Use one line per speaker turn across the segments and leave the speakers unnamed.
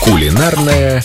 Кулинарная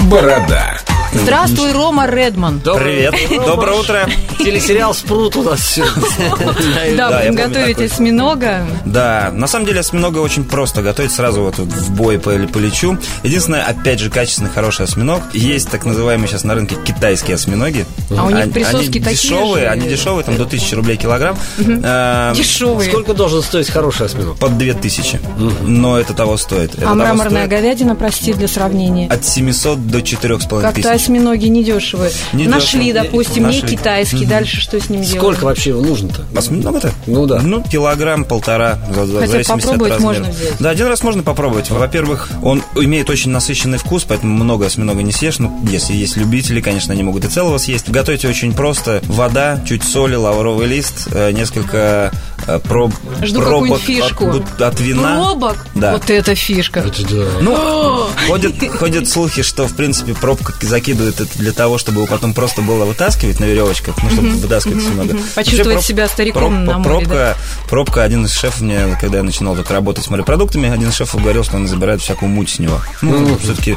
борода.
Здравствуй, Рома Редман.
Доброе-
Привет, доброе утро.
Телесериал «Спрут» у нас сегодня.
Да,
да,
будем
я помню
готовить
такой.
осьминога.
Да, на самом деле осьминога очень просто готовить, сразу вот в бой поле- полечу. Единственное, опять же, качественный хороший осьминог. Есть так называемые сейчас на рынке китайские осьминоги.
А у них
Они-
присоски
они
такие
дешевые,
же.
они дешевые, там до 1000 рублей килограмм. Э,
Дешевые.
Сколько должен стоить хороший осьминог?
Под 2000. Но это того стоит.
А
Это того
мраморная
стоит
говядина, прости, для сравнения.
от 700 до 4500
Как-то
тысяч.
осьминоги недешевые.
Недешево.
Нашли, допустим, не
Нашли.
китайский. Дальше что с ним делать?
Сколько вообще его нужно-то?
Осьминога-то?
Ну да.
Ну, килограмм, полтора, за- за- в
Хотя
зависимости
попробовать
от размера.
можно взять.
Да, один раз можно попробовать. Во-первых, он имеет очень насыщенный вкус, поэтому много осьминога не съешь. Ну, если есть любители, конечно, они могут и целого съесть. Готовите очень просто. Вода, чуть соли, лавровый лист, э, несколько э, проб,
Жду
пробок
какую-нибудь фишку.
От, от вина.
Пробок?
Да.
Вот это фишка.
Ну, ходят, ходят слухи, что, в принципе, пробка закидывают это для того, чтобы его потом просто было вытаскивать на веревочках, ну, чтобы вытаскивать немного.
Почувствовать себя стариком на море,
пробка, пробка, один из шефов мне, когда я начинал только работать с морепродуктами, один из шефов говорил, что он забирает всякую муть с него. Ну, все-таки...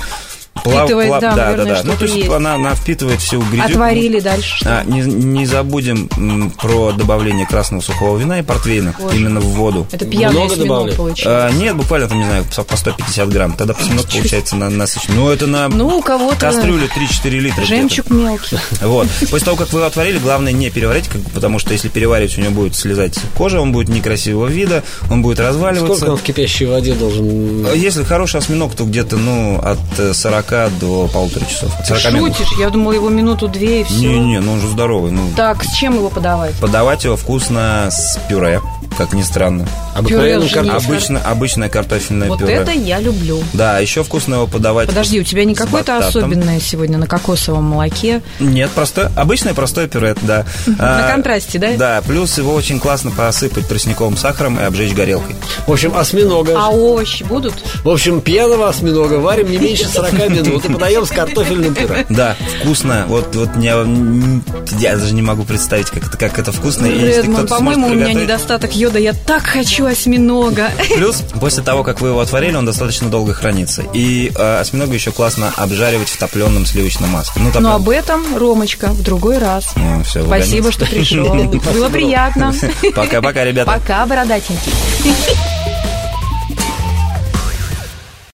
Впитывает, да,
да, да,
наверное,
да. Ну, то
что-то
есть,
есть.
она, она впитывает всю грязь.
Отварили дальше что?
А, не, не забудем м, про добавление красного сухого вина и портвейна
Боже.
именно в воду.
Это пьяный
Много
осьминог
добавлю?
получился.
А, нет, буквально там, не знаю, по по 150 грамм. Тогда посмотрим, получается на насыщенный. Ну, это на
Ну, у кого-то
кастрюлю 3-4 литра. где-то.
жемчуг мелкий.
Вот. После того, как вы его отварили, главное не переварить, как- потому что если переваривать, у него будет слезать кожа, он будет некрасивого вида, он будет разваливаться. А
Сколько он в кипящей воде должен...
Если хороший осьминог, то где-то, ну, от э, 40 до полутора часов. От 40 минут.
Шутишь? Я думала, его минуту-две и все.
Не-не, ну он же здоровый. Ну,
Так, с чем его подавать?
Подавать его вкусно с пюре, как ни странно.
Обыкновенным
Пюре уже
картофелем?
Есть.
Обычно, обычное картофельное
А Вот
пюре.
это я люблю.
Да, еще вкусно его подавать.
Подожди, у тебя не
с
какое-то
бататом.
особенное сегодня на кокосовом молоке.
Нет, простое, обычное простое пюре, да.
На
А,
контрасте, да?
Да, плюс его очень классно посыпать тростниковым сахаром и обжечь горелкой.
В общем, осьминога.
А овощи будут?
В общем, пьяного осьминога варим не меньше 40 минут и подаем с картофельным пюре.
Да, вкусно. Вот, вот не- м, я даже не могу представить, как это, как это вкусно. И Ну, если
Редман,
кто-то
Ну, по-моему, у
сможет
меня
приготовить-
недостаток йода. Я так хочу осьминога.
Плюс, после того, как вы его отварили, он достаточно долго хранится. И э, осьминога еще классно обжаривать в топленом сливочном масле. Ну,
Но об этом, Ромочка, в другой раз.
все,
Спасибо, что пришел. Было приятно.
Пока-пока, ребята.
Пока, бородатенький.